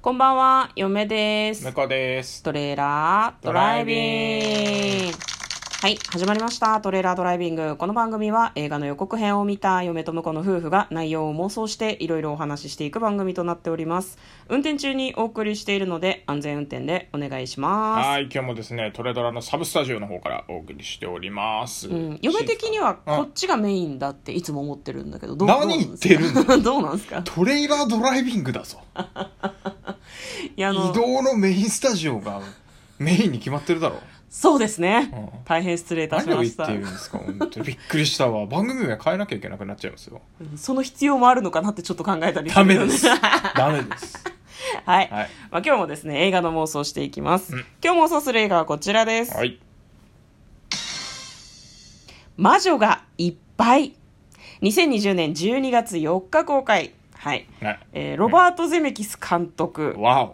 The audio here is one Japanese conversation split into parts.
こんばんは、嫁です。向こうです。トレーラードライビング。はい、始まりました。トレーラードライビング。この番組は映画の予告編を見た嫁と婿の夫婦が内容を妄想していろいろお話ししていく番組となっております。運転中にお送りしているので安全運転でお願いしまはす。い、今日もですね、トレドラのサブスタジオの方からお送りしております。うん、嫁的にはうんこっちがメインだっていつも思ってるんだけど、どう何どうなんです言ってるか どうなんですかトレーラードライビングだぞ。いや、あ移の、動のメインスタジオがメインに決まってるだろ。そうですね。うん大変失礼いたし何をま言っしてたい。るんですか本当にびっくりしたわ。番組名変えなきゃいけなくなっちゃいますよ。その必要もあるのかなってちょっと考えたりダるメよね です。ダメです。はい。はいまあ、今日もですね、映画の妄想をしていきます。うん今日妄想する映画はこちらです。はい。魔女がいっぱい。2020年12月4日公開。はい。ね。えーロバート・ゼメキス監督わ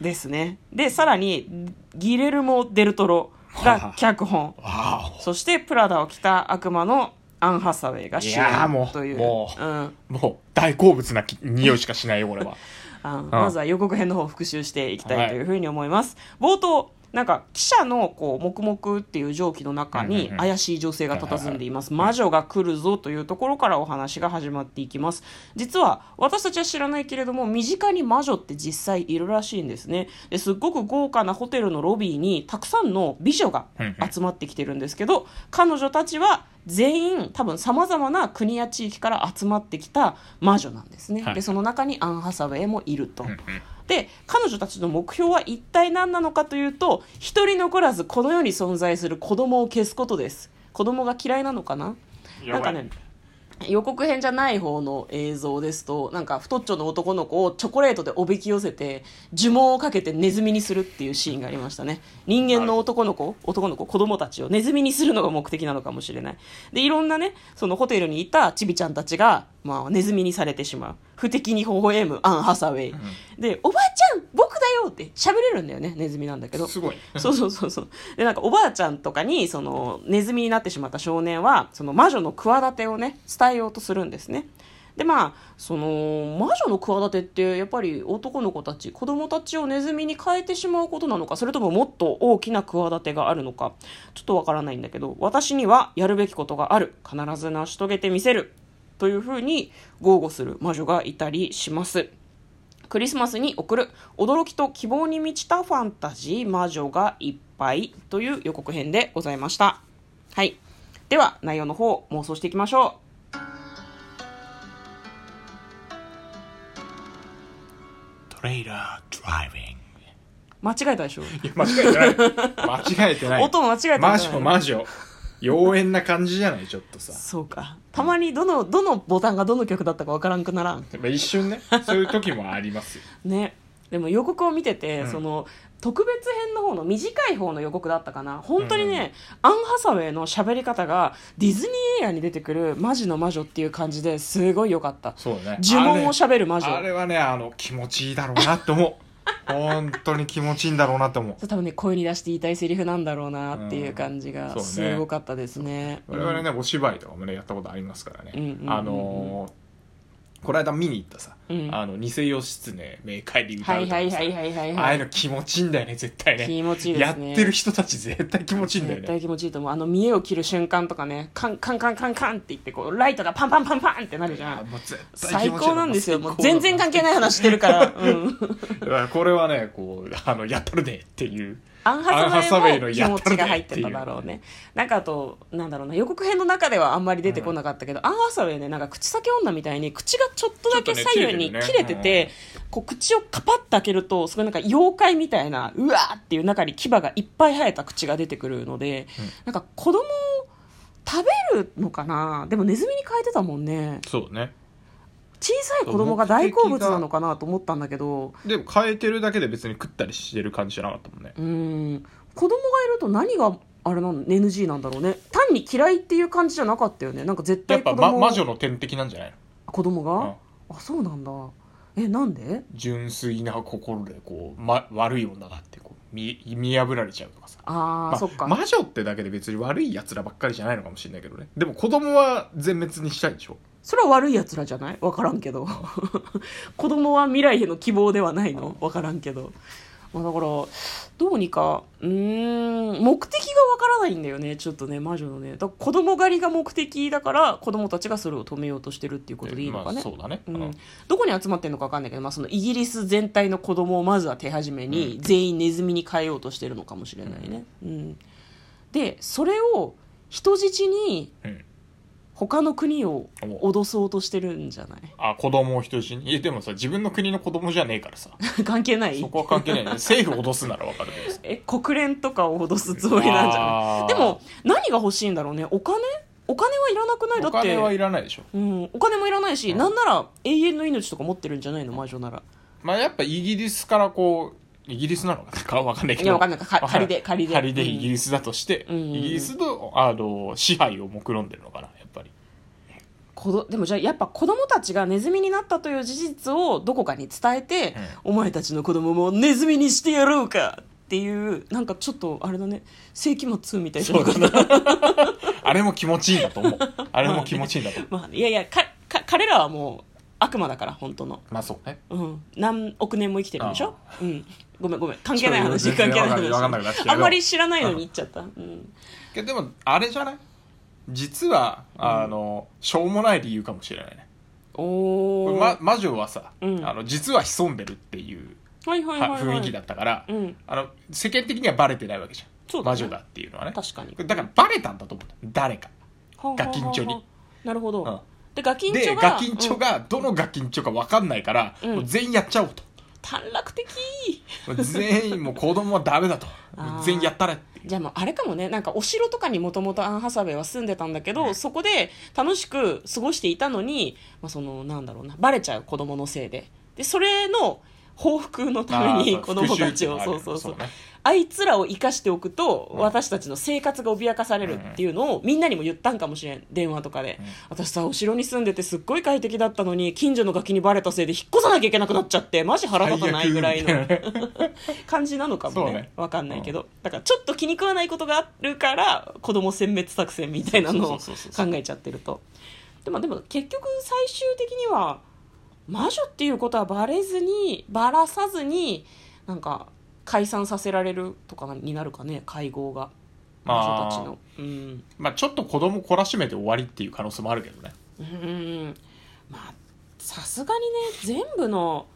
ですね。で、さらに、ギレルモ・デルトロが脚本お。。わそして、プラダを着た悪魔のアン・ハサウェイが主いやー演もうという。もうんお。もう大好物なき匂いしかしないよ、俺は。あのまずは予告編の方を復習していきたいというふうに思います、冒頭なんか記者のこう黙々っていう蒸気の中うんうんにうん怪しい女性が佇んでいます、魔女が来るぞというところからお話が始まっていきます実は私たちは知らないけれども身近に魔女って実際いるらしいんですねですっごく豪華なホテルのロビーにたくさんの美女がうんうん集まってきてるんですけど彼女たちは全員多分さまざまな国や地域から集まってきた魔女なんですね、はいでその中にアン・ハサウェイもいると、うんうんで彼女たちの目標は一体何なのかというと一人残らずこの世に存在する子供を消すことです子供が嫌いなのかななんかね予告編じゃない方の映像ですとなんか太っちょの男の子をチョコレートでおびき寄せて呪文をかけてネズミにするっていうシーンがありましたね人間の男の子男の子子供たちをネズミにするのが目的なのかもしれないでいろんなねそのホテルにいたちびちゃんたちが、まあ、ネズミにされてしまう不敵に微笑むアン・ハサウェイ、で「おばあちゃん僕だよ!」って喋れるんだよねネズミなんだけどすごい。 そうそうそうそう。で、なんかおばあちゃんとかに、その、ネズミになってしまった少年は、その魔女の企てをね、伝えようとするんですね。で、まあ、その、魔女の企てって、やっぱり男の子たち、子供たちをネズミに変えてしまうことなのか、それとももっと大きな企てがあるのか、ちょっとわからないんだけど、私にはやるべきことがある。必ず成し遂げてみせる。というふうに豪語する魔女がいたりします。クリスマスに送る驚きと希望に満ちたファンタジー魔女がいっぱいという予告編でございました。はい。では内容の方妄想していきましょトレーラードライビング。う。間違えたでしょいや間違えてない。 間違えてない。音も間違えてな魔いじゃな女、い魔女。妖艶な感じじゃないちょっとさ。そうか。たまにどの、どのボタンがどの曲だったかわからんくならん。まあ一瞬ね、そういう時もありますよ。ね。でも予告を見てて、うんその、特別編の方の短い方の予告だったかな。本当にね、アン・ハサウェイの喋り方がディズニー映画に出てくるマジの魔女っていう感じですごい良かった。そうね。呪文をゃ喋る魔あれ女あ。れはね、あの、気持ちいいだろうなって思う。本当に気持ちいいんだろうなって思う。そう多分ね声に出して言いたいセリフなんだろうなっていう感じうんがそうねすごかったですね。我々ね、お芝居とかもね、やったことありますからね。うんうんうんうんあのーこの間見に行ったさ、うんあの、偽義経、冥界で歌はういとかはいさはいはいはいああはいうい。の気持ちいいんだよね、絶対ね。気持ちいいですねやってる人たち絶対気持ちいいんだよ絶ね。対気持ちいいと思う。あの見栄を切る瞬間とかね、カンカンカンカンカンって言ってこうライトがパンパンパンパンってなるじゃあん。もう絶対気最持ちいい高なんですよ。最高もうだ全然関係ない話してるから。うん。だからこれはねこうあのやったるねっていうアンハサウェイも気アンハサウェイのや持ったちるねが入ってただろうね。なんかあと、なんだろうな、予告編の中ではあんまり出てこなかったけど、アンハサウェイね、なんか口先女みたいに、口がちょっとだけちょっとね左右に切れて切れてるて、こう口をカパッと開けると、すごいなんか妖怪みたいな、うわーっていう中に牙がいっぱい生えた口が出てくるので、なんか子供を食べるのかなでもネズミに変えてたもんね。そうね小さい子供が大好物なのかなと思ったんだけど、でも変えてるだけで別に食ったりしてる感じじゃなかったもんねうーん子供がいると何があれなの NG なんだろうね単に嫌いっていう感じじゃなかったよねなんか絶やっ対子ぱ、供ま、魔女の天敵なんじゃない子供の、うんが、あそうなんだえなんで純粋な心でこう、ま、悪い女だってこう見見破られちゃうとかさあー、まあそっか、魔女ってだけで別に悪い奴らばっかりじゃないのかもしれないけどねでも子供は全滅にしたいでしょそれは悪い奴らじゃないわからんけど 子供は未来への希望ではないのわからんけど、まあ、だからどうにかうーん目的がわからないんだよねちょっとね魔女のねだから子供狩りが目的だから子供たちがそれを止めようとしてるっていうことでいいのかね、まあ、そうだね、ううんん、どこに集まってるのか分かんないけど、まあ、そのイギリス全体の子供をまずは手始めに全員ネズミに変えようとしてるのかもしれないね、うん、でそれを人質にうん他の国をお脅そうとしてるんじゃない あ子供を人質にいやでもさ自分の国の子供じゃねえからさ関係ないそこは関係ないね政府脅すならわかるけどさえ国連とかを脅すつもりなんじゃなあいーでも何が欲しいんだろうねお金お金はいらなくないだおって金はいらないでしょうん、お金もいらないし、うんなんなら永遠の命とか持ってるんじゃないの魔女ならまあやっぱイギリスからこうイギリスなの かわかんないけいどやわかんないかかわかんな仮いで仮で仮でうんイギリスだとして、うんイギリスのあの支配を目論んでるのかなやっぱり子どでもじゃあやっぱ子供たちがネズミになったという事実をどこかに伝えて、お前たちの子供もネズミにしてやろうかっていうなんかちょっとあれだね世紀末みたいじゃなかった あれも気持ちいいんだと思うあれも気持ちいいんだと思うまあ、いやいやかか彼らはもう悪魔だから本当の、 まあそうねうん、何億年も生きてるんでしょ、うん、ごめんごめん関係ないち話ょっと関係ない全然わかんないわかんないですけ話どあんまり知らないのに言っちゃった、うん、けどでもあれじゃない実はあの、しょうもない理由かもしれないね、おお、ま、魔女はさ、うんあの実は潜んでるっていうはいはいはい、ははい、雰囲気だったから、うんあの世間的にはバレてないわけじゃそん、うだね魔女だっていうのはね確かにだからバレたんだと思うんだ誰かガキンチョはあはにあはあなるほど、うんでガキンチでョがガキンチョがどのガキンチョか分かんないから、うんもう全員やっちゃおうと短絡的もう全員もう子供はダメだと あー全員やったれってじゃあもうあれかもねなんかお城とかにもともとアン・ハサウェイは住んでたんだけどそこで楽しく過ごしていたのに、まあ、そのなんだろうなバレちゃう子供のせいででそれの報復のためにあー子供たちを復そ讐うってそいうのうそうがあるそうねあいつらを生かしておくと、うん私たちの生活が脅かされるっていうのをみんなにも言ったんかもしれん電話とかで、うん私さお城に住んでてすっごい快適だったのに近所のガキにバレたせいで引っ越さなきゃいけなくなっちゃってマジ腹立たないぐらいの最悪みたいなね感じなのかもそうねねわかんないけど、だからちょっと気に食わないことがあるから子供殲滅作戦みたいなのを考 そうそうそうそうえちゃってるとでもでも結局最終的には魔女っていうことはバレずにバラさずになんか解散させられるとかになるかね会合がま魔あ女たちの、うんまあちょっと子供懲らしめて終わりっていう可能性もあるけどねうんまあさすがにね全部の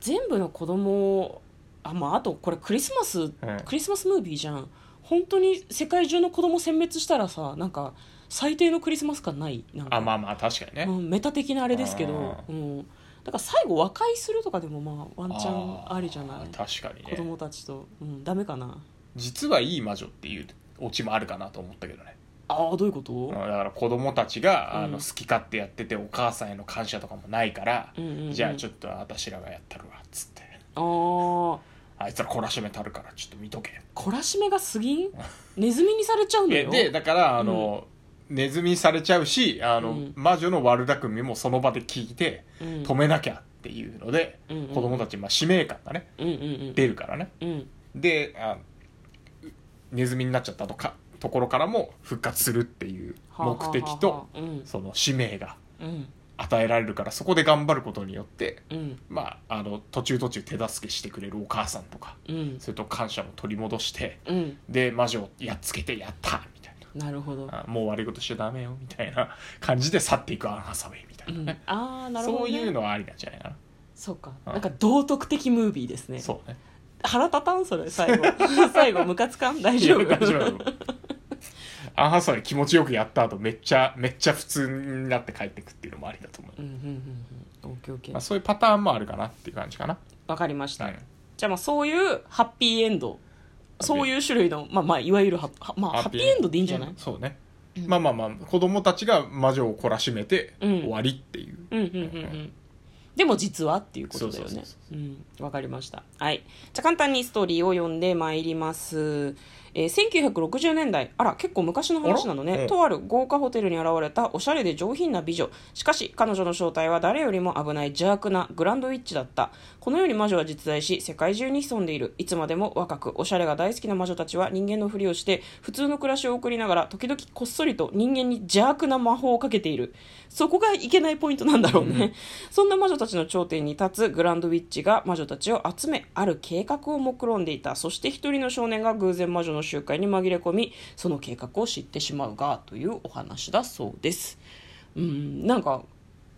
全部の子供をあまああとこれクリスマス、クリスマスムービーじゃん本当に世界中の子供殲滅したらさなんか最低のクリスマス感ないなんかあまあまあ確かにね、うん、メタ的なあれですけどあ、うん、だから最後和解するとかでもまあワンチャンありじゃないー確かに子ね供たちと、うん、ダメかな実はいい魔女っていうオチもあるかなと思ったけどねああどういうこと、うんだから子供たちがあうんの好き勝手やっててお母さんへの感謝とかもないから、うんうんうんじゃあちょっと私らがやったるわっつってあああいつら懲らしめたるからちょっと見とけ懲らしめが過ぎんネズミにされちゃうんだえよでだからあの、ネズミにされちゃうしあの、うん魔女の悪巧みもその場で聞いてうん止めなきゃっていうので、うんうん子供たち、まあ、使命感がねうんうん出るからねうんうんであネズミになっちゃったとかところからも復活するっていう目的と、はあはあはあうんその使命がうん与えられるからそこで頑張ることによって、うんまあ、あの途中途中手助けしてくれるお母さんとかうんそれと感謝も取り戻してうんで魔女をやっつけてやったみたいな。なるほど、あもう悪いことしちゃダメよみたいな感じで去っていくアン・ハサウェイみたう、いなんあね、あーなるほど、そね、ういうのはありなんじゃないかな、そうかうんなんか道徳的ムービーですねそうね腹立たんそれ最 後最後ムカつかん大丈夫いや大丈夫アン・ハサウェイ気持ちよくやった後めっちゃめっちゃ普通になって帰ってくっていうのもありだと思う、うんうんうんうんオッケーオッケまーあ、そういうパターンもあるかなっていう感じかな、わかりました、うんじゃあまあそういうハッピーエンドそういう種類のまあまあいわゆるハッ,は、まあ、ハッピーエンドでいいんじゃないそうね、まあまあまあ子供たちが魔女を懲らしめてうん終わりっていう、うんうんうんうんでも実はっていうことだよそうそうねそううんわかりましたはいじゃあ簡単にストーリーを読んでまいりますえー1960年代あら結構昔の話なのあらうねんとある豪華ホテルに現れたおしゃれで上品な美女しかし彼女の正体は誰よりも危ない邪悪なグランドウィッチだったこのように魔女は実在し世界中に潜んでいるいつまでも若くおしゃれが大好きな魔女たちは人間のふりをして普通の暮らしを送りながら時々こっそりと人間に邪悪な魔法をかけているそこがいけないポイントなんだろうね、そんな魔女たちの頂点に立つグランドウィッチが魔女たちを集めある計画を目論んでいたそして一人の少年が偶然魔女の集会に紛れ込みその計画を知ってしまうがというお話だそうですうんなんか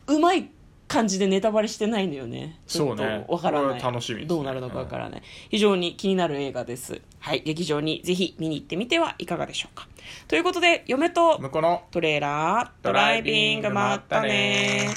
うまい感じでネタバレしてないんだよねちょっとそうねわからなこれいは楽しみですねどうなるのかわからない、非常に気になる映画ですはい劇場にぜひ見に行ってみてはいかがでしょうかということで嫁と向こうのトレーラードライビングまったね